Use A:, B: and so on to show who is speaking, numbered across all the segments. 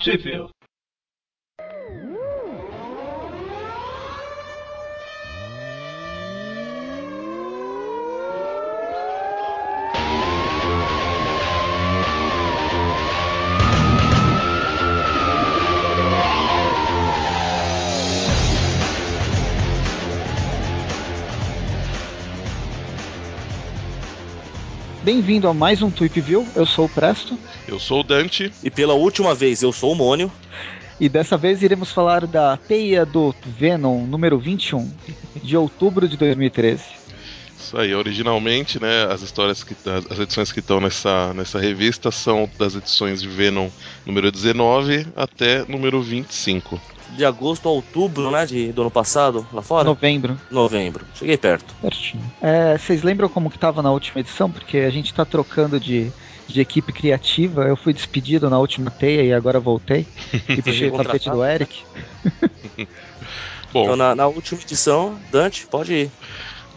A: Sheffield.
B: Bem-vindo a mais um Tweep View. Eu sou o Presto
C: Eu sou o Dante.
D: E pela última vez, eu sou o Mônio.
B: e dessa vez iremos falar da Teia do Venom número 21 de outubro de 2013.
C: Isso aí, originalmente, né, as histórias que as as edições que estão nessa, nessa revista são das edições de Venom número 19 até número 25.
D: De agosto a outubro, né? De, do ano passado, lá fora?
B: Novembro,
D: Novembro. Cheguei perto.
B: certinho. É, vocês lembram como que tava na última edição? Porque a gente tá trocando de, de equipe criativa. Eu fui despedido na última teia e agora voltei. E puxei o
D: contratado? né?
B: tapete do Eric.
C: Bom,
D: Então, na, na última edição, Dante, pode ir.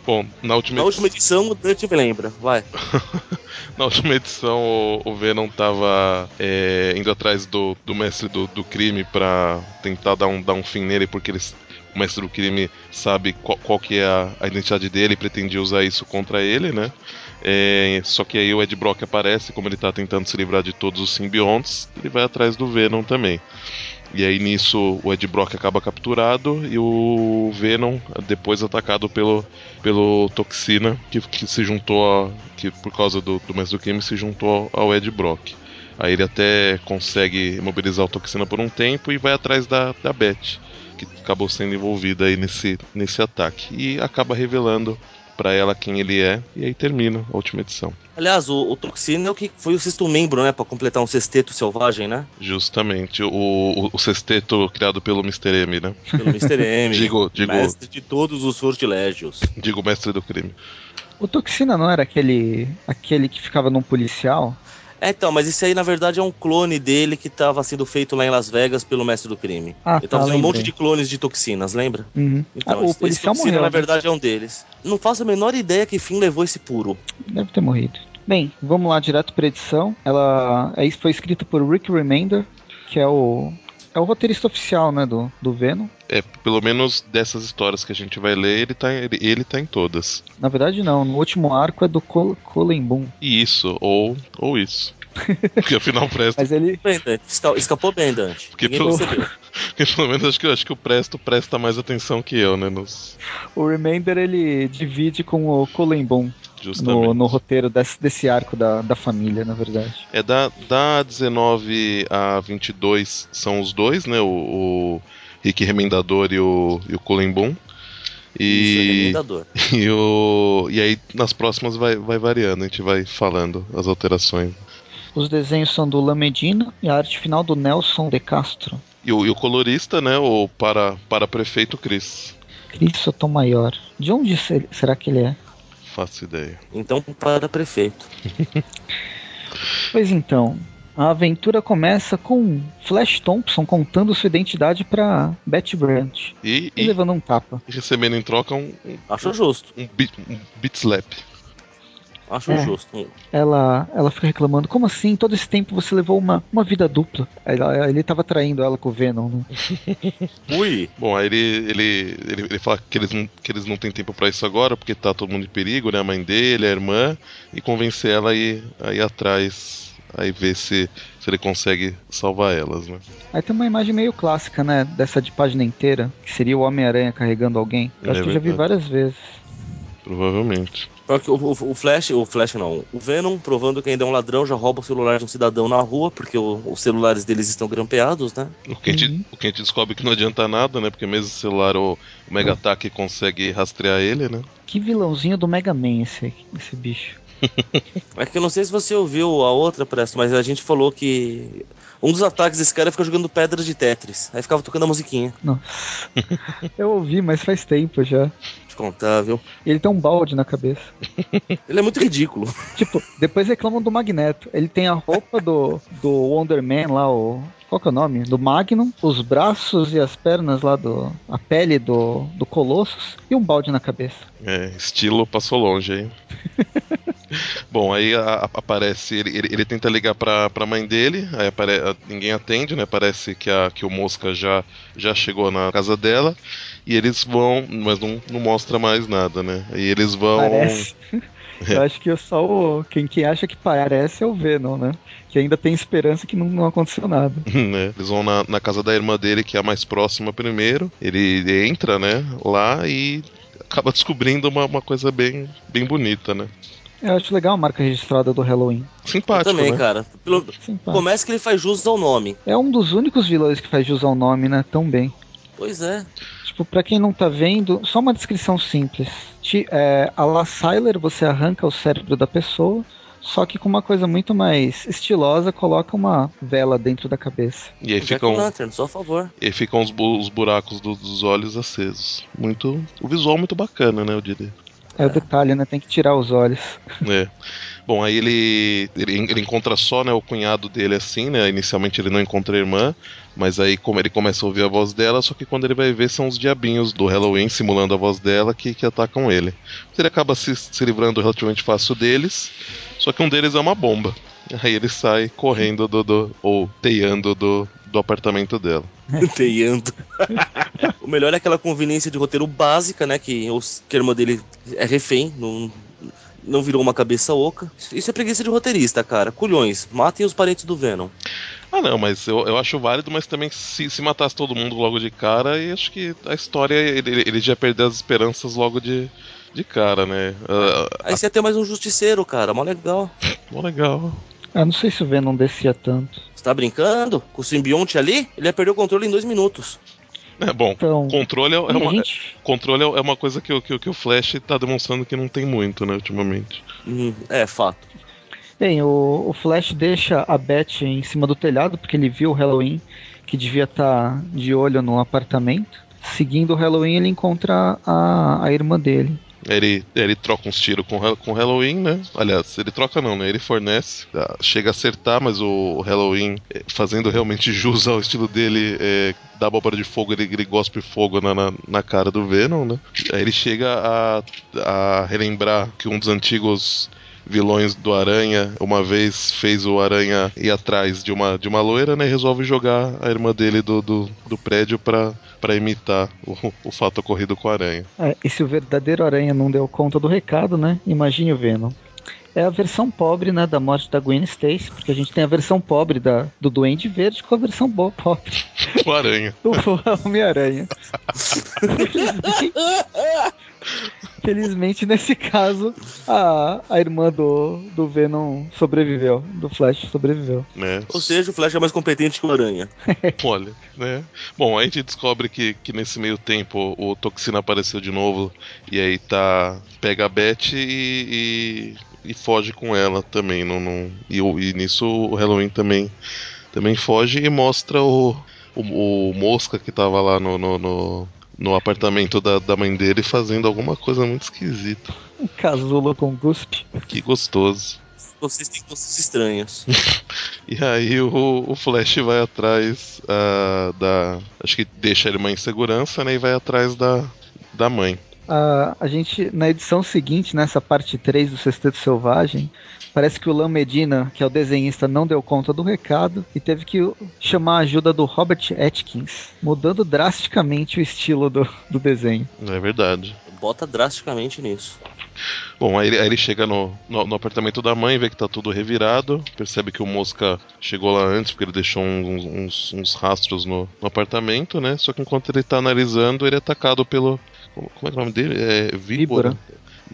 C: bom na, última
D: Na última edição, o Dante me lembra. Vai.
C: na última edição o, o Venom tava é, indo atrás do, do mestre do, do crime pra tentar dar um, dar um fim nele, porque eles, o mestre do crime sabe qual, qual que é a, a identidade dele e pretendia usar isso contra ele, né? É, só que aí o Ed Brock aparece, como ele tá tentando se livrar de todos os simbiontes, ele vai atrás do Venom também. E aí nisso o Ed Brock acaba capturado e o Venom depois atacado pelo, pelo Toxina, que, que se juntou a, que por causa do, do mestre do crime se juntou ao Ed Brock. Aí ele até consegue mobilizar o Toxina por um tempo e vai atrás da, da Beth, que acabou sendo envolvida aí nesse, nesse ataque. E acaba revelando pra ela quem ele é, e aí termina a última edição.
D: Aliás, o, o Toxina é o que foi o sexto membro, né? Pra completar um sexteto selvagem, né?
C: Justamente, o, o, o sexteto criado pelo Mr. M, né?
D: Pelo Mr. M.
C: Digo, digo,
D: Mestre de todos os sortilégios.
C: digo mestre do crime.
B: O Toxina não era aquele, aquele que ficava num policial?
D: É, então, mas esse aí, na verdade, é um clone dele que tava sendo feito lá em Las Vegas pelo Mestre do Crime.
B: Ah,
D: Ele tava fazendo um
B: lembrei.
D: monte de clones de toxinas, lembra?
B: Uhum. Ah,
D: Então, esse-
B: o
D: esse
B: policial
D: Toxina,
B: morreu.
D: na verdade, é um deles. Não faço a menor ideia que fim levou esse puro.
B: Deve ter morrido. Bem, vamos lá direto para edição. Ela é, foi escrita por Rick Remender, que é o é o roteirista oficial, né, do, do Venom.
C: É, pelo menos dessas histórias que a gente vai ler, ele tá, ele, ele tá em todas.
B: Na verdade não, no último arco é do Col Cullen Boom.
C: E isso, ou, ou isso. Porque afinal o Presto.
B: Mas ele
D: Bem, Dante, esca- escapou bem, Dante.
C: Porque
D: Ninguém
C: pelo-
D: percebeu.
C: Porque pelo menos acho que, acho que o Presto presta mais atenção que eu, né? Nos,
B: o Remender ele divide com o Cullen Boom
C: justamente.
B: no, no roteiro desse, desse arco da, da família, na verdade.
C: É da, da 19 a 22 são os dois, né? O, o Rick Remendador e o, e o Cullen
D: Isso, é
C: E,
D: remendador.
C: e, o, e aí nas próximas vai, vai variando, a gente vai falando as alterações.
B: Os desenhos são do Lamedina e a arte final do Nelson De Castro.
C: E o, e o colorista, né? O para, para prefeito Chris.
B: Cristo Maior. De onde se- será que ele é?
C: Faço ideia.
D: Então, para prefeito.
B: Pois então, a aventura começa com Flash Thompson contando sua identidade pra Betty Brandt
C: E,
B: e
C: e,
B: levando um tapa.
C: e recebendo em troca um, um,
D: Acho justo.
C: um, beat, um beat slap.
D: Acho
B: É.
D: justo.
B: Ela, ela fica reclamando: como assim? Todo esse tempo você levou uma, uma vida dupla? Ela- ele tava traindo ela com o Venom, né?
D: Ui.
C: Bom, aí ele, ele, ele, ele fala que eles, não, que eles não têm tempo pra isso agora, porque tá todo mundo em perigo, né? A mãe dele, a irmã, e convencer ela a ir, a ir atrás, aí ver se, se ele consegue salvar elas, né?
B: Aí tem uma imagem meio clássica, né? Dessa de página inteira, que seria o Homem-Aranha carregando alguém. Eu
C: É
B: acho que eu já vi
C: verdade.
B: várias vezes.
C: Provavelmente.
D: Pior que O, o- o Flash, o Flash não, o Venom provando que ainda é um ladrão, já rouba o celular de um cidadão na rua, porque o- os celulares deles estão grampeados, né?
C: O que, a gente,
B: Uhum.
C: o que a gente descobre que não adianta nada, né? Porque mesmo o celular, o, o Mega Ataque consegue rastrear ele, né?
B: Que vilãozinho do Mega Man esse, esse bicho.
D: É que eu não sei se você ouviu a outra, Presto, mas a gente falou que um dos ataques desse cara é ficar jogando pedras de Tetris. Aí ficava tocando a musiquinha.
B: Nossa. eu ouvi, mas faz tempo já.
D: Te contar, viu?
B: Ele tem um balde na cabeça.
D: Ele é muito ridículo.
B: Tipo, depois reclamam do Magneto. Ele tem a roupa do, do Wonder Man lá, o. Qual que é o nome? Do Magnum, os braços e as pernas lá do. A pele do, do Colossus e um balde na cabeça.
C: É, estilo passou longe, hein? Bom, aí a- a- aparece. Ele, ele, ele tenta ligar pra, pra mãe dele, aí apare- a- ninguém atende, né? Parece que, a, que o Mosca já, já chegou na casa dela. E eles vão. Mas não, não mostra mais nada, né? E eles vão.
B: Parece. Eu acho que só o, quem, quem acha que parece é o Venom, né? Que ainda tem esperança que não, não aconteceu nada.
C: né? Eles vão na, na casa da irmã dele, que é a mais próxima primeiro. Ele ele entra, né? Lá e acaba descobrindo uma, uma coisa bem, bem bonita, né?
B: Eu acho legal a marca registrada do Halloween.
D: Eu
C: Simpático,
D: também,
C: né?
D: cara. Pelo-
B: Sim, pá.
D: Começa que ele faz jus ao nome.
B: É um dos únicos vilões que faz de usar o nome, né? Tão bem.
D: Pois é.
B: Tipo, pra quem não tá vendo, só uma descrição simples. Ti- é, a La Siler, você arranca o cérebro da pessoa, só que com uma coisa muito mais estilosa, coloca uma vela dentro da cabeça.
C: E aí
D: Jack
C: ficam,
D: Lantern, só a favor.
C: e aí ficam os, bu- os buracos do- dos olhos acesos. Muito. O visual é muito bacana, né? Eu diria.
B: É, o detalhe, né? Tem que tirar os olhos.
C: É. Bom, aí ele, ele, ele encontra só né, o cunhado dele assim, né? Inicialmente ele não encontra a irmã, mas aí como ele começa a ouvir a voz dela, só que quando ele vai ver são os diabinhos do Halloween simulando a voz dela que, que atacam ele. Mas Ele acaba se, se livrando relativamente fácil deles, só que um deles é uma bomba. Aí ele sai correndo do, do- ou teando do, do apartamento dela.
D: Teiando. o melhor é aquela conveniência de roteiro básica, né? Que, os, que a irmã dele é refém, não, não virou uma cabeça oca. Isso é preguiça de roteirista, cara. Culhões, matem os parentes do Venom.
C: Ah não, mas eu, eu acho válido, mas também se, se matasse todo mundo logo de cara, e acho que a história ele, ele- ele já perdeu as esperanças logo de, de cara, né? Ah,
D: Aí você ia ter mais um justiceiro, cara. Mó legal.
C: bom, legal.
B: Eu não sei se o Venom descia tanto.
D: Você tá brincando? Com o simbionte ali, ele ia perder o controle em dois minutos.
C: É bom.
B: Então,
C: Controle é, é
B: a
C: uma,
B: gente,
C: controle é uma coisa que, o- que, o- que o Flash tá demonstrando que não tem muito, né, ultimamente.
D: Hum, é, fato.
B: bem, o, o Flash deixa a Beth em cima do telhado, porque ele viu o Halloween, que devia estar de olho no apartamento. Seguindo o Halloween, ele encontra a, a irmã dele.
C: Ele, ele troca uns tiros com, o Hel- com o Halloween, né? Aliás, ele troca não, né? Ele fornece. Ah, Chega a acertar, mas o Halloween, eh, fazendo realmente jus ao estilo dele, eh, dá abóbora de fogo, ele, ele gospe fogo na, na, na cara do Venom, né? Aí ele chega a, a relembrar que um dos antigos vilões do Aranha uma vez fez o Aranha ir atrás de uma, de uma loira, né? E resolve jogar a irmã dele do, do, do prédio pra, pra imitar o, o fato ocorrido com o Aranha.
B: É, e se o verdadeiro Aranha não deu conta do recado, né? Imagine o Venom. É a versão pobre, né, da morte da Gwen Stacy, porque a gente tem a versão pobre da, do Duende Verde com a versão boa pobre
C: O Aranha.
B: do Homem-Aranha. Felizmente- Felizmente, nesse caso, a, a irmã do, do Venom sobreviveu, do Flash sobreviveu.
C: né?
D: Ou seja, o Flash é mais competente que o Aranha.
C: Olha, né? Bom, aí a gente descobre que, que nesse meio tempo o Toxina apareceu de novo e aí tá. pega a Beth e, e, e foge com ela também. Não, não, e, o- e nisso o Halloween também, também foge e mostra o, o, o Mosca que tava lá no. no, no- no apartamento da, da mãe dele fazendo alguma coisa muito esquisita.
B: Um casulo com guspe.
C: Que gostoso.
D: Vocês têm gostos estranhos.
C: E aí o, o Flash vai atrás ah, da. Acho que deixa a irmã em segurança, né? E vai atrás da, da mãe.
B: A, a gente, na edição seguinte, nessa parte 3 do Sexteto Selvagem, parece que o Lan Medina, que é o desenhista, não deu conta do recado e teve que chamar a ajuda do Robert Atkins, mudando drasticamente o estilo do, do desenho.
C: Não é verdade.
D: Bota drasticamente nisso.
C: Bom, aí ele, aí ele chega no, no, no apartamento da mãe, vê que tá tudo revirado. Percebe que o Mosca chegou lá antes, porque ele deixou um, uns, uns, uns rastros no, no apartamento, né? Só que enquanto ele tá analisando, ele é atacado pelo. Como como é que é o nome dele? É Víbora.
B: Víbora.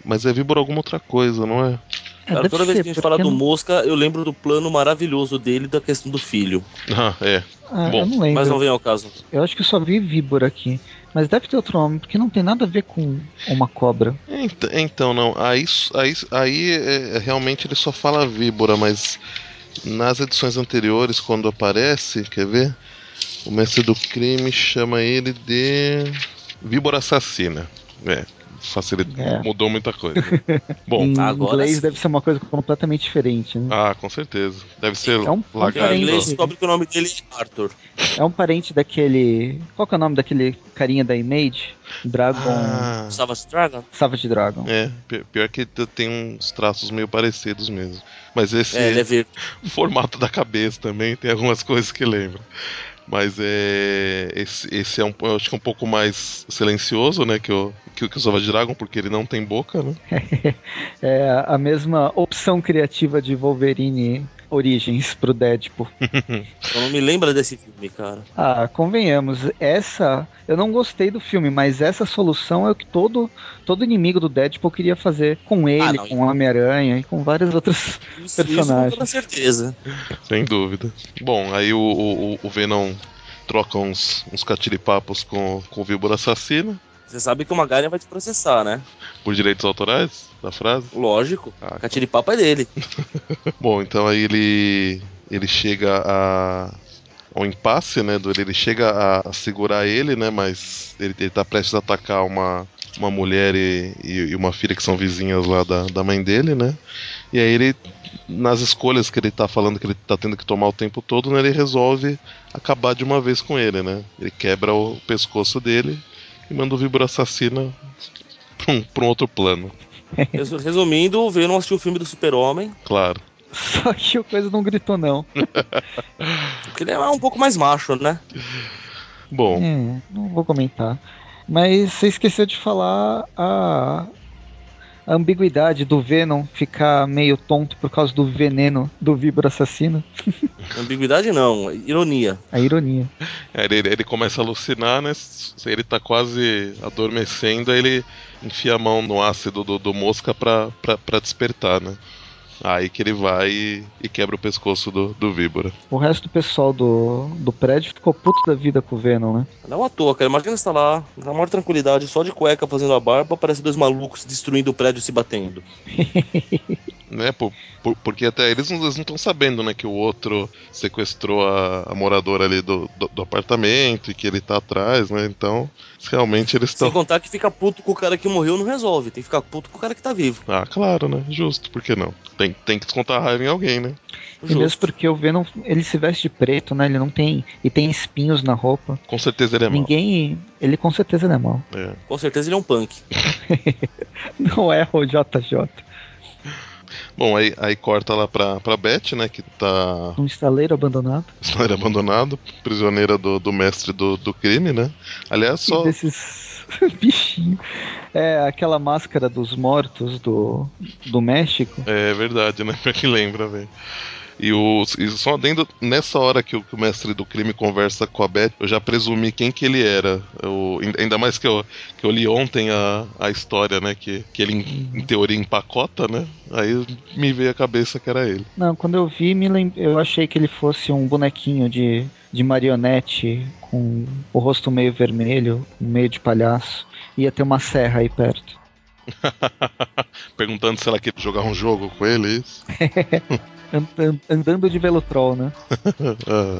C: Mas é Víbora alguma outra coisa, não é?
B: É,
D: Cara,
B: deve
D: toda vez
B: ser,
D: que a gente fala
B: porque
D: do
B: eu não-
D: Mosca, eu lembro do plano maravilhoso dele da questão do filho.
C: Ah, é.
B: Ah,
C: Bom,
B: eu não lembro.
D: Mas não vem ao caso.
B: Eu acho que eu só vi víbora aqui. Mas deve ter outro nome, porque não tem nada a ver com uma cobra.
C: Ent- Então, não. Aí, s- aí, s- aí é, é, realmente ele só fala víbora, mas nas edições anteriores, quando aparece, quer ver? O mestre do crime chama ele de víbora assassina. É, facilitou,
B: É.
C: mudou muita coisa. Bom,
B: em
D: agora
B: inglês
D: sim.
B: deve ser uma coisa completamente diferente, né?
C: ah, com certeza. Deve ser
B: É um
D: Porque em
C: lagarto.
D: inglês descobre que o nome dele é Arthur.
B: É um parente daquele. Qual que é o nome daquele carinha da Image? Dragon.
C: Ah,
D: Savage Dragon?
B: Savage Dragon.
C: é, pi- pior que t- tem uns traços meio parecidos mesmo. Mas esse
D: É, ele é verde.
C: o formato da cabeça também, tem algumas coisas que lembram. Mas é. Esse, esse é um, eu acho que é um pouco mais silencioso, né? Que o, que, o- que o Savage Dragon, porque ele não tem boca, né?
B: É a mesma opção criativa de Wolverine Origins pro Deadpool.
D: Eu não me lembro desse filme, cara.
B: Ah, convenhamos, essa. Eu não gostei do filme, mas essa solução é o que todo, todo inimigo do Deadpool queria fazer com ele,
D: não,
B: com o Homem-Aranha e com vários outros.
D: Isso,
B: Personagem.
D: Isso, com toda certeza.
C: Sem dúvida. Bom, aí o, o, o Venom troca uns, uns catiripapos com, com o Víbora Assassina
D: Você sabe que o Magaren vai te processar, né?
C: por direitos autorais da frase.
D: Lógico.
C: Ah,
D: Catiripapo é dele.
C: Bom, então aí ele ele chega a ao impasse, né? Do, ele chega a, a segurar ele, né? Mas ele, ele tá prestes a atacar uma, uma mulher e, e, e uma filha que são vizinhas lá da, da mãe dele, né? E aí ele, nas escolhas que ele tá falando que ele tá tendo que tomar o tempo todo, né? Ele resolve acabar de uma vez com ele, né? Ele quebra o pescoço dele e manda o Vibro Assassina pra um, pra um outro plano,
D: Resu- Resumindo, o Venom assistiu o filme do Super-Homem,
C: claro.
B: Só que o coisa não gritou, não.
D: porque ele é um pouco mais macho, né?
C: Bom,
B: É, não vou comentar. Mas você esqueceu de falar a, a ambiguidade do Venom ficar meio tonto por causa do veneno do Vibro assassino.
D: Ambiguidade não, ironia.
B: A ironia.
C: É, Ele, ele começa a alucinar, né? S- Ele tá quase adormecendo, aí ele enfia a mão no ácido do, do mosca pra, pra, pra despertar, né? Aí que ele vai e, e quebra o pescoço do, do víbora.
B: O resto do pessoal do, do prédio ficou puto da vida com o Venom, né?
D: Não à toa, cara. Imagina você tá lá, na maior tranquilidade, só de cueca fazendo a barba, parece dois malucos destruindo o prédio e se batendo.
C: Né? Por, por- porque até eles não estão sabendo, né? Que o outro sequestrou a, a moradora ali do, do, do apartamento e que ele tá atrás, né? Então, realmente eles
D: Sem
C: estão.
D: contar que fica puto com o cara que morreu não resolve, tem que ficar puto com o cara que tá vivo.
C: Ah, claro, né? Justo, por que não? Tem, tem que descontar a raiva em alguém, né?
B: E É mesmo
D: Justo.
B: porque o Venom, ele se veste de preto, né? Ele não tem... E tem espinhos na roupa.
C: Com certeza ele é mau.
B: Ninguém... Ele com certeza não é mal.
C: É.
D: Com certeza ele é um punk.
B: Não é o JJ.
C: Bom, aí, aí corta lá pra, pra Beth, né? Que tá
B: Um estaleiro abandonado.
C: história abandonado, prisioneira do, do mestre do, do crime, né? Aliás,
B: E
C: só.
B: desses bichinhos. É aquela máscara dos mortos do, do México.
C: É verdade, né? Pior que lembra, velho. E, o, e só dentro, nessa hora que o, que o mestre do crime conversa com a Beth, eu já presumi quem que ele era. Eu, ain- ainda mais que eu, que eu li ontem a, a história, né? Que, que ele, em, em teoria, empacota, né? Aí me veio a cabeça que era ele.
B: Não, quando eu vi, me lem... eu achei que ele fosse um bonequinho de, de marionete com o rosto meio vermelho, meio de palhaço. Ia ter uma serra aí perto.
C: Perguntando se ela queria jogar um jogo com ele, é isso?
B: An- an- andando de Velotrol, né?
C: Ah.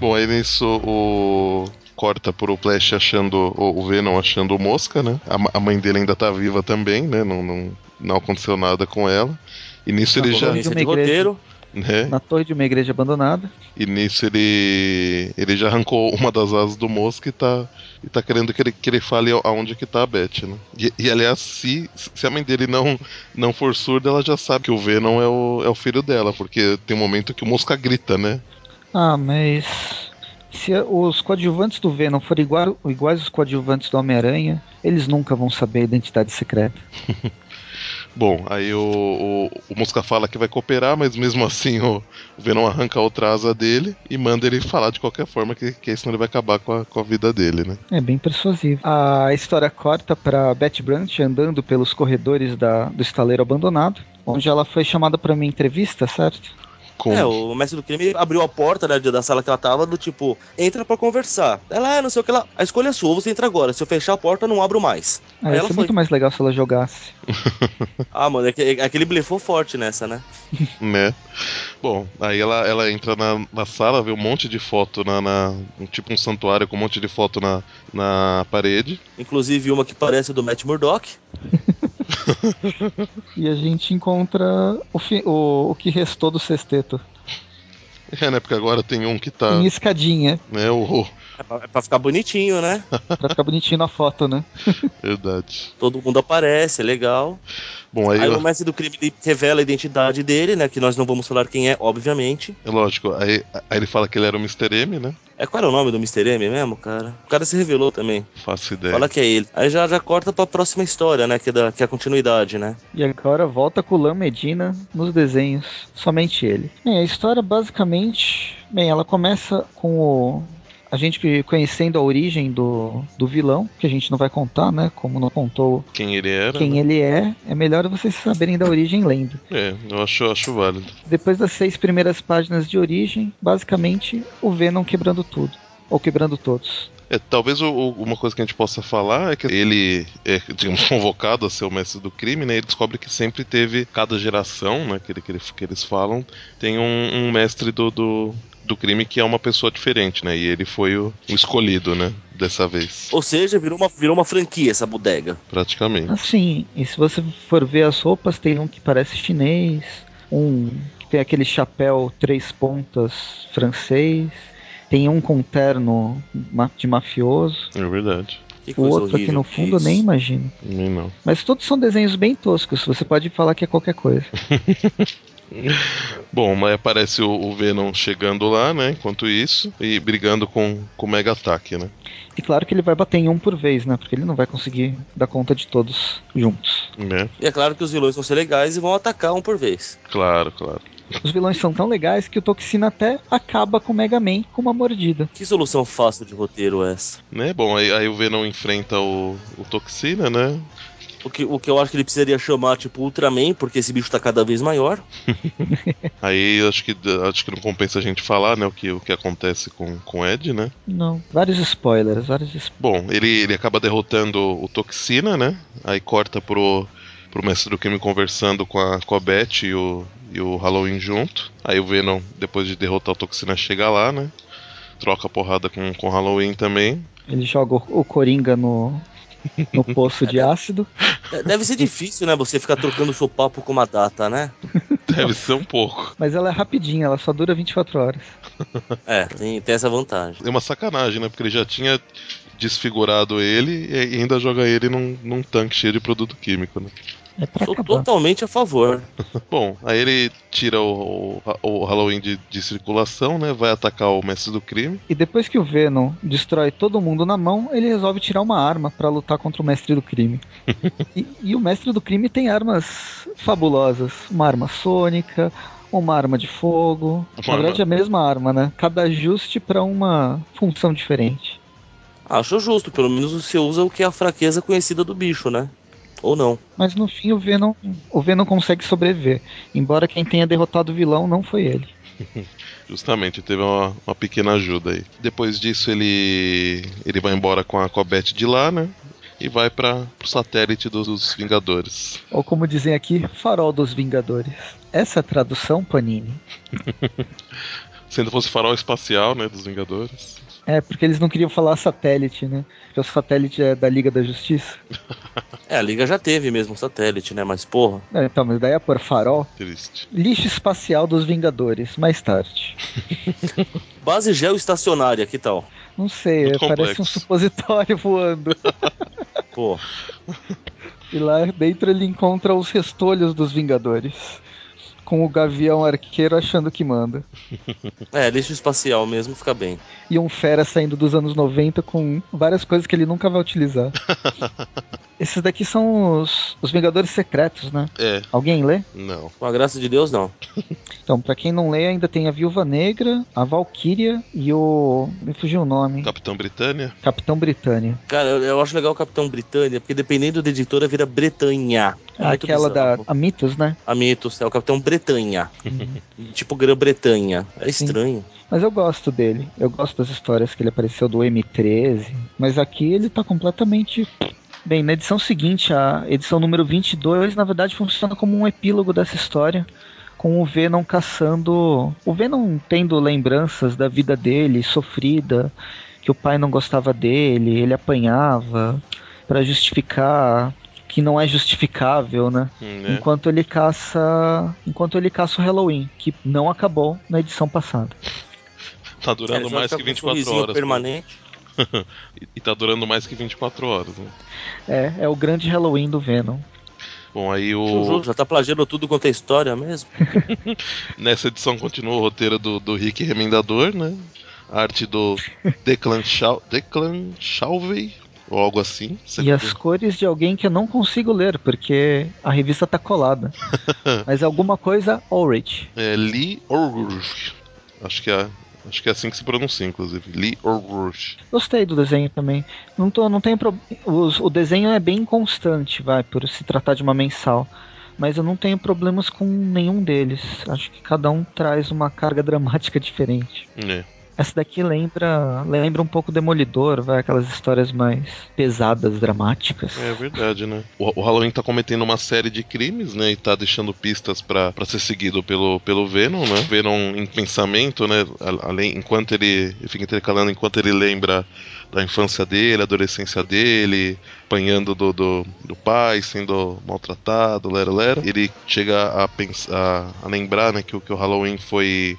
C: Bom, aí nisso o. Corta pro Flash achando. O o Venom achando o Mosca, né? A, ma- a mãe dele ainda tá viva também, né? Não, não, não aconteceu nada com ela. E nisso ele
B: Tá
C: já.
B: bom.
D: Conveniência
B: Uma
D: de
B: igreja.
D: roteiro,
C: Né?
B: Na torre de uma igreja abandonada.
C: E nisso ele. Ele já arrancou uma das asas do Mosca e tá. E tá querendo que ele, que ele fale aonde que tá a Beth, né? E, e, aliás, se, se a mãe dele não, não for surda, ela já sabe que o Venom é o, é o filho dela, porque tem um momento que o Mosca grita, né?
B: Ah, mas. Se os coadjuvantes do Venom forem igua- iguais os coadjuvantes do Homem-Aranha, eles nunca vão saber a identidade secreta.
C: Bom, aí o, o, o Mosca fala que vai cooperar, mas mesmo assim o, o Venom arranca a outra asa dele e manda ele falar de qualquer forma, que, que aí senão ele vai acabar com a, com a vida dele, né?
B: É bem persuasivo. A história corta para Betty Brant andando pelos corredores da- do estaleiro abandonado, onde ela foi chamada para uma entrevista, certo?
C: Como?
D: É, o mestre do crime abriu a porta né, da sala que ela tava, do tipo, entra pra conversar. Ela, ah, não sei o que lá. A escolha é sua, você entra agora. Se eu fechar a porta, eu não abro mais.
B: Ah, ia
D: ela
B: ser
D: foi.
B: muito mais legal se ela jogasse.
D: Ah, mano, é que- é- aquele blefou forte nessa, né?
C: né? Bom, aí ela, ela entra na, na sala, vê um monte de foto na, na- um- Tipo um santuário com um monte de foto na, na parede.
D: Inclusive uma que parece do Matt Murdock.
B: E a gente encontra o, fi- o, o que restou do sexteto.
C: É, né? Porque agora tem um que tá.
B: Em escadinha,
C: Né, o, o-
D: É pra, é pra ficar bonitinho, né?
B: pra ficar bonitinho na foto, né?
C: Verdade.
D: Todo mundo aparece, é legal.
C: Bom, aí,
D: Aí o mestre do crime ele revela a identidade dele, né? Que nós não vamos falar quem é, obviamente.
C: é lógico, aí, aí ele fala que ele era o Mr. M, né?
D: É qual era o nome do Mr. M mesmo, cara? O cara se revelou também.
C: Faço ideia.
D: Fala que é ele. Aí já, já corta pra próxima história, né? Que é, da, que é a continuidade, né?
B: E agora volta com o Lan Medina nos desenhos, somente ele. Bem, a história basicamente, bem, ela começa com o a gente que- conhecendo a origem do, do vilão, que a gente não vai contar, né? Como não contou
C: Quem ele era.
B: quem
C: né?
B: ele é, é melhor vocês saberem da origem lendo.
C: É, eu acho, acho válido.
B: Depois das seis primeiras páginas de origem, basicamente o Venom quebrando tudo. Ou quebrando todos.
C: É, talvez o- o- uma coisa que a gente possa falar é que ele é, digamos, convocado a ser o mestre do crime, né? Ele descobre que sempre teve, cada geração, né, que, ele- que ele- que eles falam, tem um, um mestre do, do, do crime que é uma pessoa diferente, né? E ele foi o, o escolhido, né? Dessa vez,
D: Ou seja, virou uma, virou uma franquia essa bodega.
C: praticamente.
B: Assim, e se você for ver as roupas, tem um que parece chinês, um que tem aquele chapéu três pontas francês, tem um com terno ma- de mafioso,
C: É verdade.
D: Que
B: o
D: coisa
B: outro aqui
D: horrível
B: no
D: que é
B: fundo eu
D: isso.
B: nem imagino.
C: Nem não.
B: Mas todos são desenhos bem toscos, você pode falar que é qualquer coisa.
C: Bom, mas aparece o, o Venom chegando lá, né? Enquanto isso, e brigando com, com o Mega Ataque, né?
B: E claro que ele vai bater em um por vez, né? Porque ele não vai conseguir dar conta de todos juntos.
C: Né?
D: E é claro que os vilões vão ser legais e vão atacar um por vez.
C: Claro, claro.
B: Os vilões são tão legais que o Toxina até acaba com o Mega Man com uma mordida.
D: Que solução fácil de roteiro é essa?
C: Né? Bom, aí, aí o Venom enfrenta o, o Toxina, né?
D: O que, o que eu acho que ele precisaria chamar, tipo, Ultraman, porque esse bicho tá cada vez maior.
C: Aí acho que acho que não compensa a gente falar, né, o que, o que acontece com com o Ed, né?
B: Não, vários spoilers, vários spoilers.
C: Bom, ele, ele acaba derrotando o Toxina, né? Aí corta pro, pro mestre do crime conversando com a, com a Beth e o, e o Halloween junto. Aí o Venom, depois de derrotar o Toxina, chega lá, né? Troca a porrada com, com o Halloween também.
B: Ele joga o o Coringa no, no poço de ácido.
D: É, Deve ser difícil, né? Você ficar trocando o seu papo com uma data, né?
C: Deve ser um pouco.
B: Mas ela é rapidinha, ela só dura 24 horas.
D: É, tem, tem essa vantagem.
C: É uma sacanagem, né? Porque ele já tinha desfigurado ele e ainda joga ele num, num tanque cheio de produto químico, né?
B: É pra
D: Sou
B: acabar.
D: totalmente a favor.
C: Bom, aí ele tira o, o, o Halloween de, de circulação, né? Vai atacar o mestre do crime.
B: E depois que o Venom destrói todo mundo na mão, ele resolve tirar uma arma pra lutar contra o Mestre do Crime. e, e o Mestre do Crime tem armas fabulosas. Uma arma sônica, uma arma de fogo.
C: Uma
B: Na verdade é a mesma arma, né? Cada ajuste pra uma função diferente.
D: Acho justo, pelo menos você usa o que é a fraqueza conhecida do bicho, né? Ou não.
B: Mas no fim o Venom, o Venom consegue sobreviver. Embora quem tenha derrotado o vilão não foi ele.
C: Justamente, teve uma, uma pequena ajuda aí. Depois disso, ele ele vai embora com a, com a Beth de lá, né? E vai para pro satélite dos, dos Vingadores.
B: Ou como dizem aqui, Farol dos Vingadores. Essa tradução, Panini,
C: Se ainda fosse farol espacial, né? Dos Vingadores.
B: é porque eles não queriam falar satélite, né? Porque o satélite é da Liga da Justiça.
D: É, a liga já teve mesmo um satélite, né? Mas, porra.
B: É, então, mas daí é por farol.
C: Triste.
B: Lixo espacial dos Vingadores, mais tarde.
D: Base geoestacionária, que tal?
B: Não sei,
C: Muito
B: parece
C: complexo.
B: um supositório voando.
D: Pô.
B: E lá dentro ele encontra os restolhos dos Vingadores. Com o Gavião Arqueiro achando que manda.
D: É, lixo espacial mesmo fica bem.
B: E um fera saindo dos anos 90 com várias coisas que ele nunca vai utilizar. Esses daqui são os, os Vingadores Secretos, né?
C: É,
B: Alguém lê?
C: não.
D: Com a graça de Deus, não.
B: Então, pra quem não lê, ainda tem a Viúva Negra, a Valkyria e o. Me fugiu o nome.
C: Capitão Britânia?
B: Capitão Britânia.
D: Cara, eu, eu acho legal o Capitão Britânia, porque dependendo da editora vira Bretanha. É muito
B: Aquela da
D: bizarro.
B: a Mitos, né?
D: A Mitos, é o Capitão Bretanha. tipo Grã-Bretanha. É
B: Sim.
D: estranho.
B: Mas eu gosto dele. Eu gosto das histórias que ele apareceu do M13. Mas aqui ele tá completamente. Bem, na edição seguinte, a edição número 22, na verdade funciona como um epílogo dessa história. Com o Venom caçando. O Venom tendo lembranças da vida dele, sofrida, que o pai não gostava dele, ele apanhava, pra justificar que não é justificável, né?
C: Hum, né?
B: Enquanto ele caça. Enquanto ele caça o Halloween, que não acabou na edição passada.
C: Tá
D: É,
C: durando
D: eles vão
C: mais
D: ficar
C: que
D: com um
C: 24
D: sorrisinho
C: horas.
D: Permanente.
C: pô. E- E tá durando mais que 24 horas. né?
B: É, é o grande Halloween do Venom.
C: Bom, aí
D: O
C: o.
D: jogo já tá plagiando tudo quanto é história mesmo.
C: Nessa edição continua o roteiro do, do Rick Remendador, né? A arte do Declan, Chau... Declan Chalvey, ou algo assim.
B: E as cores de alguém que eu não consigo ler, porque a revista tá colada. Mas é alguma coisa Ulrich.
C: É Lee Orgurj. Acho que é. Acho que é assim que se pronuncia, inclusive. Lee Orgurj.
B: Gostei do desenho também. Não, tô, não tenho pro... os- O desenho é bem constante, vai, por se tratar de uma mensal. Mas eu não tenho problemas com nenhum deles. Acho que cada um traz uma carga dramática diferente.
C: É.
B: Essa daqui lembra, lembra um pouco Demolidor, vai aquelas histórias mais pesadas, dramáticas.
C: É verdade, né? O, o Halloween tá cometendo uma série de crimes, né? E tá deixando pistas pra pra ser seguido pelo, pelo Venom, né? Venom em pensamento, né? a- Além, enquanto ele, ele fica intercalando, enquanto ele lembra da infância dele, adolescência dele, apanhando do, do, do pai, sendo maltratado, lero, lero. Ele chega a, pensar, a lembrar, né? Que, o- que o Halloween foi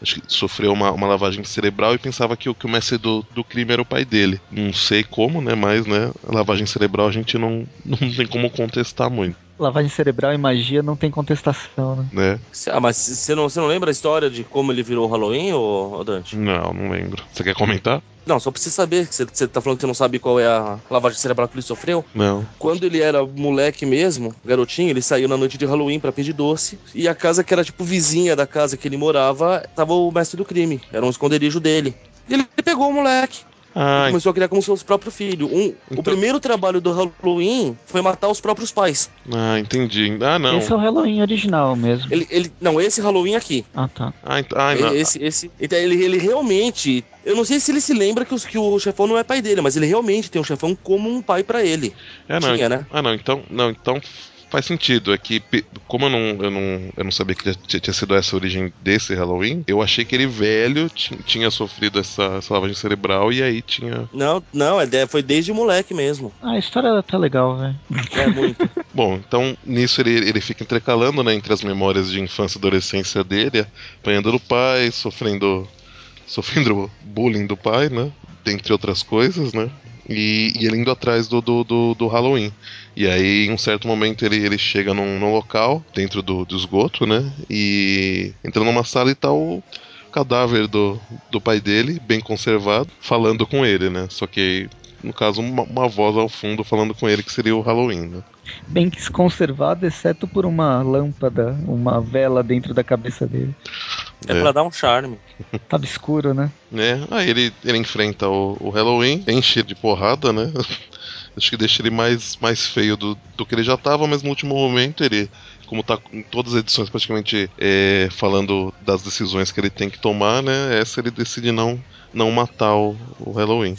C: acho que sofreu uma, uma lavagem cerebral e pensava que, o- que o mestre do, do crime era o pai dele. Não sei como, né? Mas, né? a Lavagem cerebral a gente não, não tem como contestar muito,
B: Lavagem cerebral e magia não tem contestação, né?
C: né?
D: Cê- Ah, mas você não, cê não lembra a história de como ele virou o Halloween, ô, ô Dante?
C: Não, não lembro. Você quer comentar?
D: Não, só pra você saber. Você tá falando que você não sabe qual é a lavagem cerebral que ele sofreu?
C: Não.
D: Quando ele era moleque mesmo, garotinho, ele saiu na noite de Halloween pra pedir doce. E a casa que era tipo vizinha da casa que ele morava, tava o mestre do crime. Era um esconderijo dele. E ele pegou o moleque.
C: Ah,
D: e começou a criar como se fosse o próprio filho. Um-
C: Então-
D: O primeiro trabalho do Halloween foi matar os próprios pais.
C: en- ah, entendi. Ah, não.
B: Esse é o Halloween original mesmo.
D: Ele, ele- não, esse Halloween aqui.
B: Ah, tá.
C: Ah, ent- ah, não.
D: Esse, esse. Então, ele, ele realmente. Eu não sei se ele se lembra que, os- que o chefão não é pai dele, mas ele realmente tem um chefão como um pai pra ele.
C: É, não.
D: Tinha, né?
C: Ah, não. Então, não, então faz sentido. É que, pe- como eu não, eu não, eu não sabia que tinha, tinha sido essa a origem desse Halloween, eu achei que ele velho ti- tinha sofrido essa, essa lavagem cerebral e aí tinha.
D: Não, não, é de- foi desde moleque mesmo.
B: Ah, a história tá legal, velho.
D: É muito.
C: Bom, então nisso ele, ele fica intercalando né, entre as memórias de infância e adolescência dele, apanhando do pai, sofrendo, sofrendo bullying do pai, né? Dentre outras coisas, né? E, e ele indo atrás do, do, do, do Halloween. E aí, em um certo momento, ele, ele chega num, num local, dentro do, do esgoto, né? E entra numa sala e tá o cadáver do, do pai dele, bem conservado, falando com ele, né? Só que, no caso, uma, uma voz ao fundo falando com ele que seria o Halloween, né?
B: Bem que conservado, exceto por uma lâmpada, uma vela dentro da cabeça dele.
D: É, pra dar um charme.
B: Tava escuro, né?
C: né? Aí ele, ele enfrenta o, o Halloween, enche ele de porrada, né? Acho que deixa ele mais, mais feio do, do que ele já tava, mas no último momento ele, como tá em todas as edições praticamente é, falando das decisões que ele tem que tomar, né? Essa ele decide não, não matar o, o Halloween.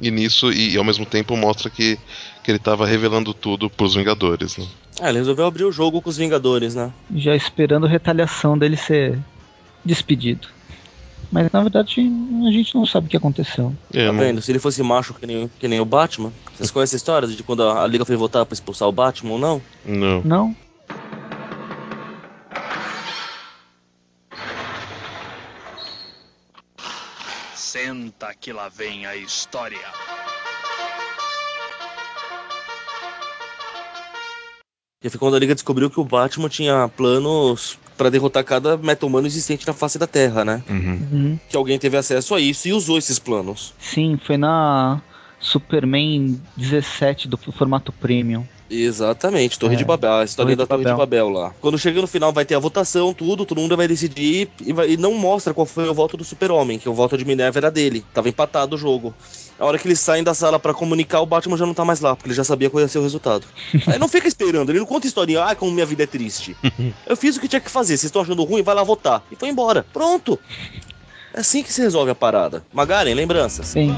C: E nisso, e, e ao mesmo tempo mostra que, que ele tava revelando tudo pros Vingadores, né?
D: Ah, ele resolveu abrir o jogo com os Vingadores, né?
B: Já esperando retaliação dele ser despedido. Mas na verdade a gente não sabe o que aconteceu.
C: É,
D: Tá
C: não-
D: vendo? Se ele fosse macho que nem, que nem o Batman. Vocês conhecem a história de quando a, a Liga foi votar pra expulsar o Batman ou não?
C: não.
B: Não?
A: Senta que lá vem a história.
D: E foi quando a Liga descobriu que o Batman tinha planos pra derrotar cada meta-humano existente na face da Terra, né?
C: Uhum.
B: Uhum.
D: Que alguém teve acesso a isso e usou esses planos.
B: Sim, foi na Superman 17 do formato premium.
D: Exatamente, Torre
B: É,
D: de Babel, a
B: Torre
D: história da
B: de
D: Torre de Babel lá. Quando chega no final vai ter a votação, tudo, todo mundo vai decidir e, vai- e não mostra qual foi o voto do Super-Homem, que o voto de Minerva era dele, tava empatado o jogo. A hora que eles saem da sala pra comunicar, o Batman já não tá mais lá, porque ele já sabia qual ia ser o resultado. Aí não fica esperando, ele não conta historinha, ah, como minha vida é triste. Eu fiz o que tinha que fazer, vocês estão achando ruim, vai lá votar. E foi embora, pronto. É assim que se resolve a parada. Magaren, lembranças.
B: Sim.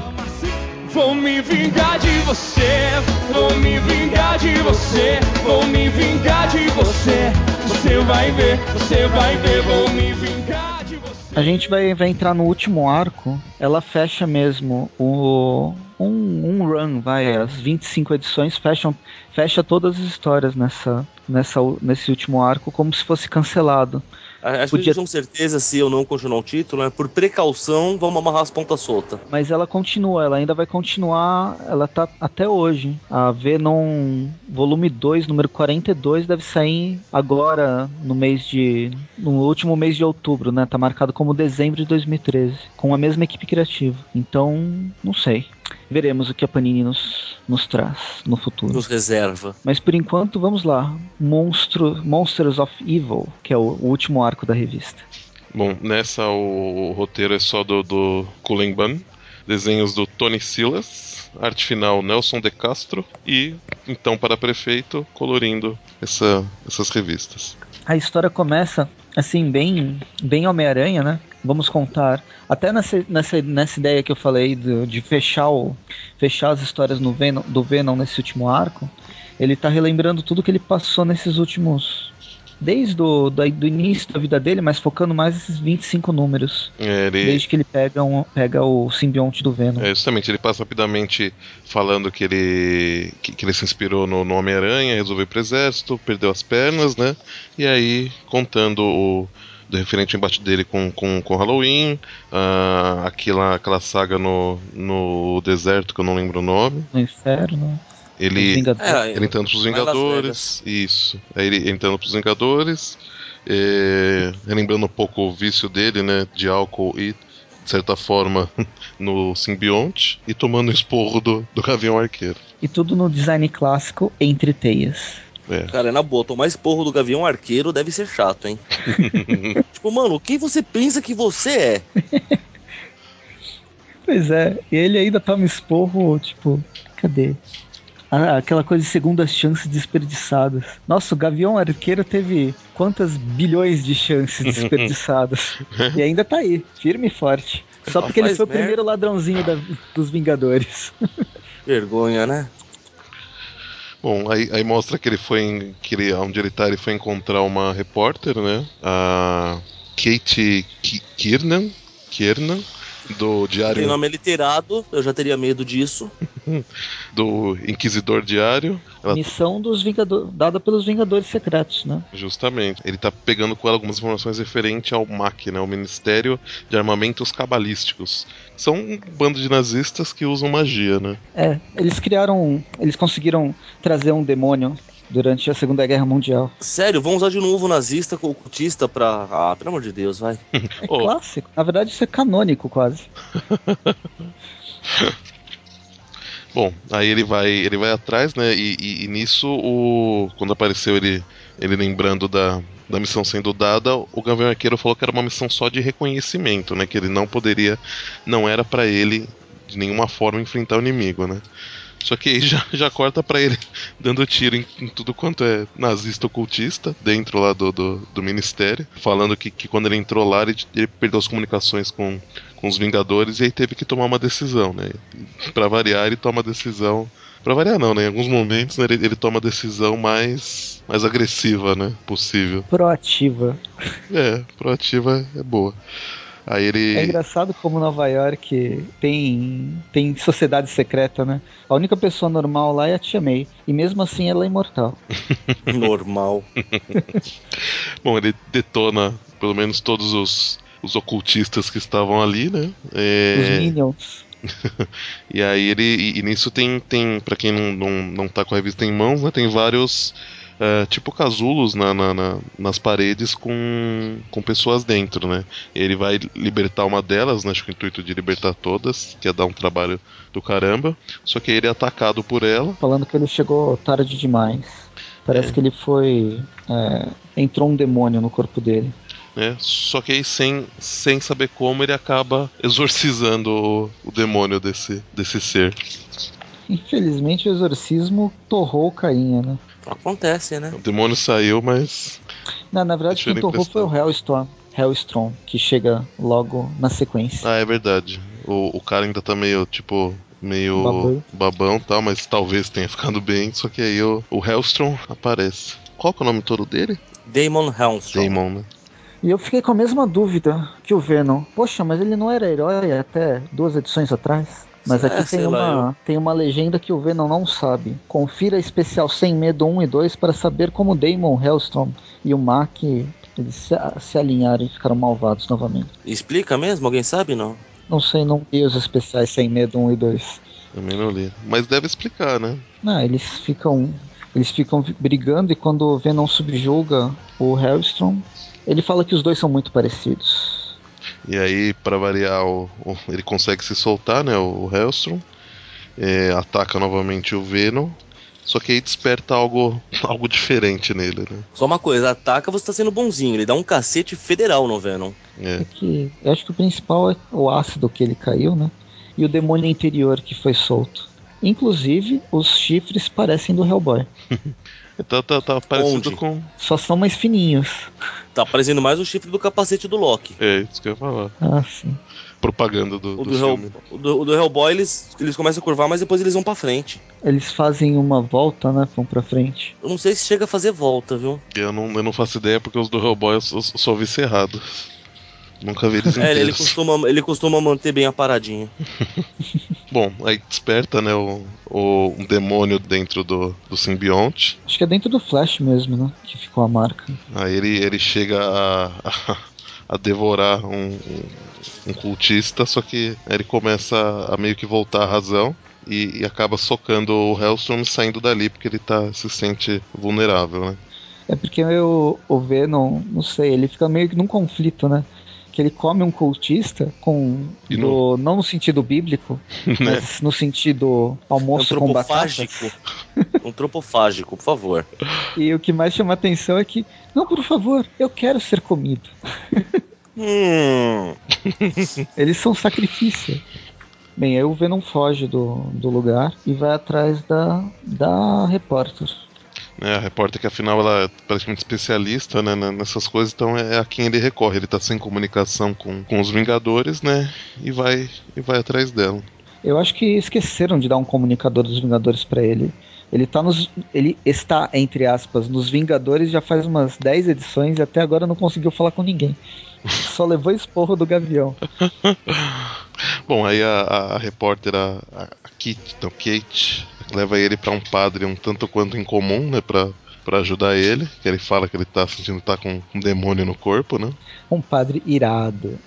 E: Vou me vingar de você, vou me vingar de você, vou me vingar de você. Você vai ver, você vai ver, vou me vingar de você.
B: A gente vai, vai entrar no último arco. Ela fecha mesmo o. Um, um run, vai. As 25 edições fecham, fecha todas as histórias nessa, nessa, u- nesse último arco, como se fosse cancelado.
D: A- Acho
B: Podia-
D: que eles com certeza, se eu não continuar o título, né, por precaução, vamos amarrar as pontas soltas.
B: Mas ela continua, ela ainda vai continuar. Ela tá até hoje. A Venom volume 2, número 42, deve sair agora no mês de. no último mês de outubro, né? Tá marcado como dezembro de 2013. Com a mesma equipe criativa. Então, não sei. Veremos o que a Panini nos, nos traz no futuro.
D: Nos reserva.
B: Mas por enquanto, vamos lá. Monstro, Monsters of Evil, que é o, o último arco da revista.
C: Bom, nessa o, o roteiro é só do, do Cullen Bunn, desenhos do Tony Silas, arte final Nelson De Castro e então para prefeito colorindo essa- essas revistas.
B: A história começa assim bem, bem Homem-Aranha, né? Vamos contar. Até nessa, nessa, nessa ideia que eu falei do- de, fechar o, fechar as histórias no Venom, do Venom nesse último arco, ele tá relembrando tudo que ele passou nesses últimos desde o da- do início da vida dele, mas focando mais esses 25 números,
C: É, ele-
B: desde que ele pega, um, pega o simbionte do Venom.
C: É, justamente, ele passa rapidamente falando que ele, que, que ele se inspirou no, no Homem-Aranha, resolveu ir pro exército, perdeu as pernas, né? E aí, contando o do referente ao embate dele com, com, com Halloween, ah, aquela, aquela saga no, no deserto, que eu não lembro o nome.
B: No inferno, os
C: Ele,
B: Vingadores.
D: É,
C: ele tá entrando pros
D: Vai Las
C: Vingadores, isso. Aí ele entrando pros Vingadores, é, relembrando um pouco o vício dele, né, de álcool e, de certa forma, no simbionte, e tomando esporro do, do Gavião Arqueiro.
B: E tudo no design clássico entre teias.
C: É.
D: Cara, na boa, tomar esporro do Gavião Arqueiro deve ser chato, hein? tipo, mano, quem você pensa que você é?
B: Pois é, e ele ainda toma esporro, tipo, cadê? Ah, aquela coisa de segundas chances desperdiçadas. Nossa, o Gavião Arqueiro teve quantas bilhões de chances desperdiçadas. e ainda tá aí, firme e forte. Só
D: Só
B: porque ele
D: faz
B: foi o
D: merda.
B: primeiro ladrãozinho da- dos Vingadores.
D: Vergonha, né?
C: Bom, aí, aí mostra que ele foi em, que ele, onde ele tá, ele foi encontrar uma repórter, né? A Kate Ki- Kiernan, Kiernan do
D: Tem
C: Diário
D: nome literado, eu já teria medo disso.
C: do Inquisidor Diário. Ela
B: Missão dos Vingadores, dada pelos Vingadores Secretos, né?
C: Justamente. Ele tá pegando com ela algumas informações referentes ao MAC, né, o Ministério de Armamentos Cabalísticos. São um bando de nazistas que usam magia, né?
B: É, eles criaram, eles conseguiram trazer um demônio durante a Segunda Guerra Mundial.
D: Sério, vão usar de novo nazista com ocultista pra. Ah, pelo amor de Deus, vai.
B: É
C: Oh.
B: clássico. Na verdade, isso é canônico quase.
C: Bom, aí ele vai, ele vai atrás, né? E, e- e nisso o quando apareceu ele, ele lembrando da, da missão sendo dada, o Gavião Arqueiro falou que era uma missão só de reconhecimento, né? Que ele não poderia, não era pra ele de nenhuma forma enfrentar o inimigo, né? Só que aí já, já corta pra ele dando tiro em, em tudo quanto é nazista ocultista dentro lá do, do, do ministério, falando que, que quando ele entrou lá ele, ele perdeu as comunicações com, com os Vingadores e aí teve que tomar uma decisão, né? Pra variar, ele toma a decisão. Pra variar, não, né? Em alguns momentos né, ele, ele toma a decisão mais, mais agressiva, né? Possível.
B: Proativa.
C: É, proativa é boa. Aí ele.
B: É engraçado como Nova York tem, tem sociedade secreta, né? A única pessoa normal lá é a Tia May. E mesmo assim ela é imortal.
D: Normal.
C: Bom, ele detona pelo menos todos os, os ocultistas que estavam ali, né?
B: Os
C: É,
B: Minions.
C: e aí ele. E, e nisso tem. tem para quem não, não, não tá com a revista em mãos, né? Tem vários. é, tipo casulos na, na- na- nas paredes com, com pessoas dentro, né? Ele vai libertar uma delas, né? Acho que o intuito de libertar todas, que ia dar um trabalho do caramba. Só que ele é atacado por ela.
B: Falando que ele chegou tarde demais. Parece que ele foi. é, entrou um demônio no corpo dele.
C: né? Só que aí, sem, sem saber como, ele acaba exorcizando o, o demônio desse, desse ser.
B: Infelizmente o exorcismo torrou o Cainha, né?
D: Acontece, né?
C: O demônio saiu, mas.
B: Não, na verdade,
C: Deixa
B: quem
C: ele
B: torrou foi o
C: emprestado.
B: Hellstorm, Hellstrom, que chega logo na sequência.
C: Ah, é verdade. O, o cara ainda tá meio, tipo. Meio
B: Babão.
C: babão. e tal, mas talvez tenha ficado bem. Só que aí o, o Hellstrom aparece. Qual que é o nome todo dele?
D: Damon Helmstrom.
C: Damon, né?
B: E eu fiquei com a mesma dúvida que o Venom. Poxa, mas ele não era herói até duas edições atrás? Mas
D: É,
B: aqui tem,
D: sei lá,
B: uma, tem uma legenda que o Venom não sabe. Confira a especial Sem Medo 1 e 2 para saber como Damon Hellstrom e o Mac eles se, se alinharam e ficaram malvados novamente.
D: Explica mesmo? Alguém sabe, não?
B: Não sei, não vi os especiais Sem Medo 1 e 2.
C: Também não li. Mas deve explicar, né?
B: Não, eles ficam. Eles ficam brigando e quando o Venom subjuga o Hellstrom, ele fala que os dois são muito parecidos.
C: E aí, pra variar, o- o- ele consegue se soltar, né? O, o Hellstrom. É, ataca novamente o Venom. Só que aí desperta algo, algo diferente nele, né?
D: Só uma coisa, ataca, você tá sendo bonzinho. Ele dá um cacete federal no Venom.
B: É
C: É.
B: que eu acho que o principal é o ácido que ele caiu, né? E o demônio interior que foi solto. Inclusive, os chifres parecem do Hellboy.
C: Tá, tá, tá parecido
D: Onde?
C: com.
B: Só são mais fininhos.
D: Tá parecendo mais o chifre do capacete do Loki.
C: É, isso que eu ia falar.
B: Ah, sim.
C: Propaganda do,
D: O
C: do,
D: do, Hell-
C: filme.
D: o do- o do Hellboy, eles, eles começam a curvar, mas depois eles vão pra frente.
B: Eles fazem uma volta, né? Vão pra frente.
D: Eu não sei se chega a fazer volta, viu?
C: Eu não, eu não faço ideia porque os do Hellboy eu só, só vi cerrado. Nunca vi eles
D: É, ele, ele
C: inteiros.
D: costuma, ele costuma manter bem a paradinha. É
C: Bom, aí desperta, né? O, o, um demônio dentro do, do simbionte.
B: Acho que é dentro do Flash mesmo, né? Que ficou a marca.
C: Aí ele, ele chega a, a, a devorar um, um- um cultista, só que aí ele começa a meio que voltar à razão e, e acaba socando o Hellstrom e saindo dali porque ele tá, se sente vulnerável, né?
B: É porque o, o Venom, não sei, ele fica meio que num conflito, né? Que ele come um cultista com.
C: E
B: do- não no sentido bíblico,
C: Né?
B: mas no sentido almoço com batatas.
D: um Antropofágico. Um Antropofágico, por favor.
B: E o que mais chama atenção é que, não, por favor, eu quero ser comido.
D: Hum.
B: Eles são um sacrifício. Bem, aí o Venom foge do, do lugar e vai atrás da, da repórter.
C: É, a repórter que afinal ela é praticamente especialista né, na- nessas coisas, então é a quem ele recorre. Ele tá sem comunicação com, com os Vingadores, né? E vai, e vai atrás dela.
B: Eu acho que esqueceram de dar um comunicador dos Vingadores pra ele. Ele tá nos. Ele está, entre aspas, nos Vingadores já faz umas 10 edições e até agora não conseguiu falar com ninguém. Só levou esporro do Gavião.
C: Bom, aí a, a- a repórter, a, a- a Kit, não, Kate, leva ele pra um padre um tanto quanto incomum, né? Pra, pra ajudar ele. Que ele fala que ele tá sentindo que tá com um demônio no corpo, né?
B: Um padre irado.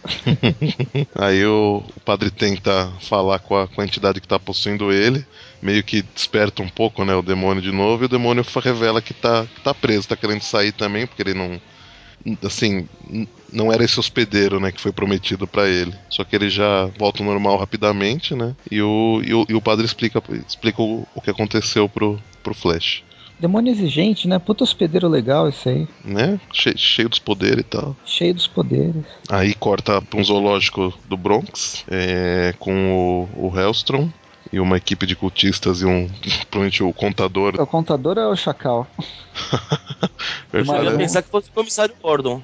C: Aí o, o padre tenta falar com a, com a entidade que tá possuindo ele, meio que desperta um pouco, né? O demônio de novo, e o demônio fa- revela que tá, que tá preso, tá querendo sair também, porque ele não. Assim, n- não era esse hospedeiro, né? Que foi prometido pra ele. Só que ele já volta ao normal rapidamente, né? E o, e o, e o padre explica, explica o, o que aconteceu pro, pro Flash,
B: Demônio exigente, né? Puta hospedeiro legal esse aí.
C: né? Che, cheio dos poderes e tal.
B: Cheio dos poderes.
C: Aí corta para um zoológico do Bronx é, com o, o Hellstrom e uma equipe de cultistas e um provavelmente o contador.
B: O contador é o Chacal.
D: Eu
B: Mas
D: ia
B: não-
C: né?
D: pensar que fosse o comissário Gordon.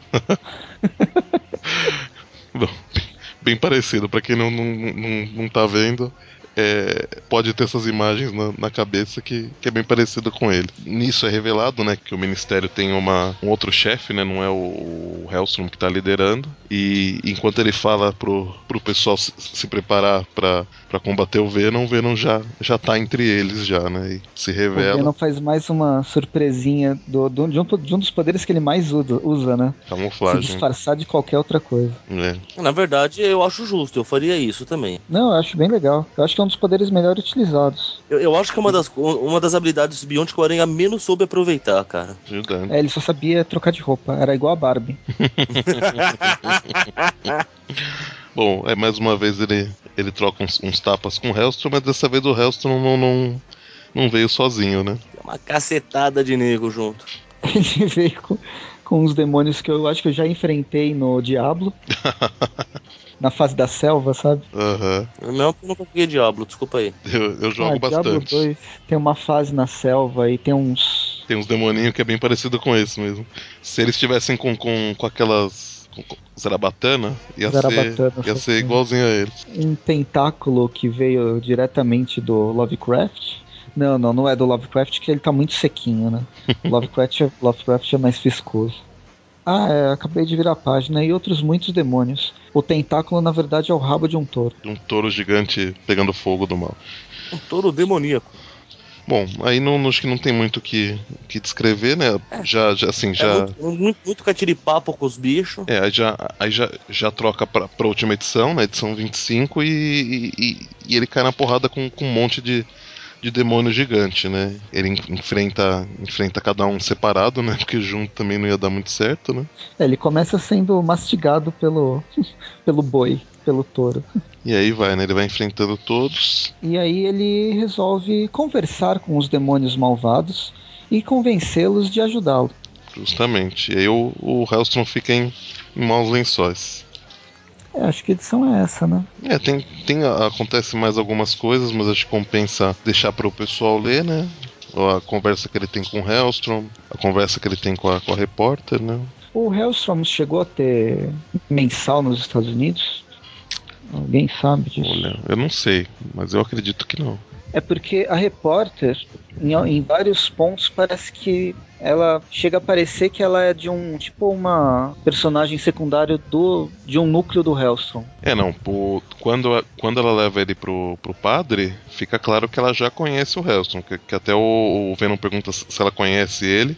C: Bem parecido, para quem não, não, não, não tá vendo. é, pode ter essas imagens na, na cabeça que, que é bem parecido com ele. Nisso é revelado, né, que o ministério tem uma, um outro chefe, né, não é o, o Hellstrom que tá liderando. E enquanto ele fala pro, pro pessoal se, se preparar pra pra combater o Venom, o Venom já, já tá entre eles já, né, e se
B: O
C: revela,
B: Venom faz mais uma surpresinha do, do- de, um, de um dos poderes que ele mais usa, usa, né? Se
C: camuflagem,
B: disfarçar de qualquer outra coisa.
C: né.
D: Na verdade, eu acho justo, eu faria isso também.
B: Não, eu acho bem legal. Eu acho que é um dos poderes melhor utilizados.
D: Eu, eu acho que é uma das, uma das habilidades Beyond que o Aranha menos soube aproveitar, cara.
C: Verdade.
B: É, ele só sabia trocar de roupa, era igual a Barbie.
C: Bom, é mais uma vez ele, ele troca uns, uns tapas com o Hellstrom, mas dessa vez o Hellstrom não, não, não veio sozinho, né?
D: É uma cacetada de nego junto.
B: Ele veio com, com uns demônios que eu acho que eu já enfrentei no Diablo. Na fase da selva, sabe?
C: Aham.
D: Não, eu nunca peguei Diablo, desculpa aí.
C: Eu, eu jogo
B: ah, Diablo
C: bastante.
B: 2 tem uma fase na selva e tem uns.
C: Tem uns demoninhos que é bem parecido com esse mesmo. Se eles estivessem com, com, com aquelas. Com, com Zarabatana, ia
B: Zarabatana,
C: ser, ia
B: sim.
C: ser igualzinho a eles.
B: um tentáculo que veio diretamente do Lovecraft. Não, não, não é do Lovecraft, que ele tá muito sequinho, né? Lovecraft, é- Lovecraft é mais viscoso. Ah, é, acabei de virar a página. E outros muitos demônios. O tentáculo, na verdade, é o rabo de um touro.
C: Um touro gigante pegando fogo do mal.
D: Um touro demoníaco.
C: Bom, aí não, acho que não tem muito o que, que descrever, né? Já, já assim, já.
D: É muito, muito, muito catiripapo com os bichos.
C: É, aí já, aí já, já troca pra, pra última edição, na edição 25, e, e, e ele cai na porrada com, com um monte de, de demônio gigante, né? Ele en- enfrenta, enfrenta cada um separado, né? Porque junto também não ia dar muito certo, né?
B: É, ele começa sendo mastigado pelo, pelo boi, pelo touro.
C: E aí vai, né? Ele vai enfrentando todos.
B: E aí ele resolve conversar com os demônios malvados e convencê-los de ajudá-lo.
C: Justamente. E aí o, o Hellstrom fica em, em maus lençóis.
B: É, acho que a edição é essa, né?
C: É, tem, tem, acontece mais algumas coisas, mas acho que compensa deixar para o pessoal ler, né? Ou A conversa que ele tem com o Hellstrom, a conversa que ele tem com a, com a repórter, né?
B: O Hellstrom chegou a ter mensal nos Estados Unidos? Alguém sabe disso?
C: Olha, eu não sei, mas eu acredito que não.
B: É porque a repórter, em, em vários pontos, parece que ela chega a parecer que ela é de um tipo uma personagem secundário do de um núcleo do Hellstrom.
C: É, não, pô, quando, a- quando ela leva ele pro, pro padre, fica claro que ela já conhece o Helston, que, que até o, o Venom pergunta se se ela conhece ele.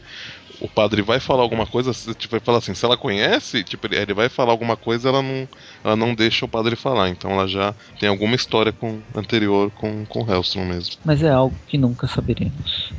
C: O padre vai falar alguma coisa, se- tipo, vai falar assim, se ela conhece, tipo, ele- ele vai falar alguma coisa, ela não, ela não deixa o padre falar. Então ela já tem alguma história com, anterior com, com o Helston mesmo.
B: Mas é algo que nunca saberemos.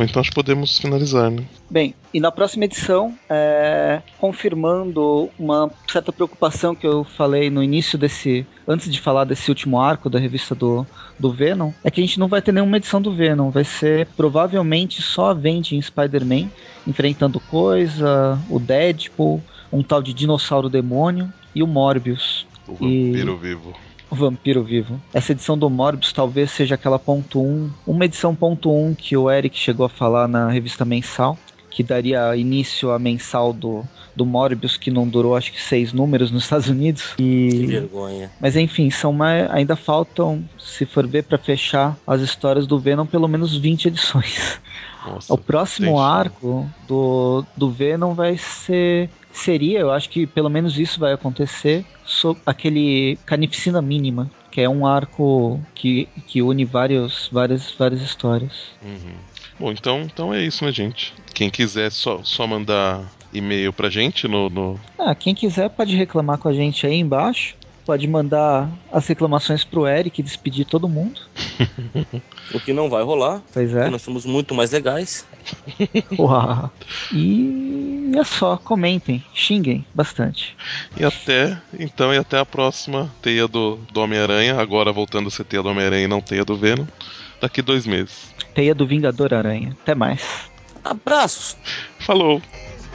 C: Então acho que podemos finalizar, né?
B: Bem, e na próxima edição, é, confirmando uma certa preocupação que eu falei no início desse. antes de falar desse último arco da revista do, do Venom, é que a gente não vai ter nenhuma edição do Venom. Vai ser provavelmente só a Vendi em Spider-Man, enfrentando coisa, o Deadpool, um tal de dinossauro demônio e o Morbius.
C: O
B: E-
C: vampiro vivo.
B: O Vampiro Vivo. Essa edição do Morbius talvez seja aquela ponto .1, uma edição ponto .1 que o Eric chegou a falar na revista mensal, que daria início à mensal do, do Morbius, que não durou acho que seis números nos Estados Unidos.
D: Que
B: E...
D: vergonha.
B: Mas enfim, são mais, ainda faltam, se for ver para fechar as histórias do Venom, pelo menos 20 edições.
C: Nossa.
B: O próximo
C: Entendi.
B: arco do, do Venom vai ser. Seria, eu acho que pelo menos isso vai acontecer, sob aquele Carnificina Mínima, que é um arco que, que une vários, várias, várias histórias.
C: Uhum. Bom, então, então é isso, né, gente? Quem quiser só, só mandar e-mail pra gente no, no-
B: Ah, quem quiser pode reclamar com a gente aí embaixo, pode mandar as reclamações pro Eric e despedir todo mundo.
D: O que não vai rolar,
B: Pois
D: porque
B: é.
D: nós somos muito mais legais.
B: Uau. E é só, comentem, xinguem bastante.
C: E até. Então, e até a próxima teia do, do Homem-Aranha. Agora voltando a ser teia do Homem-Aranha e não teia do Venom. Daqui dois meses.
B: Teia do Vingador Aranha. Até mais.
D: Abraços!
C: Falou!
E: Thank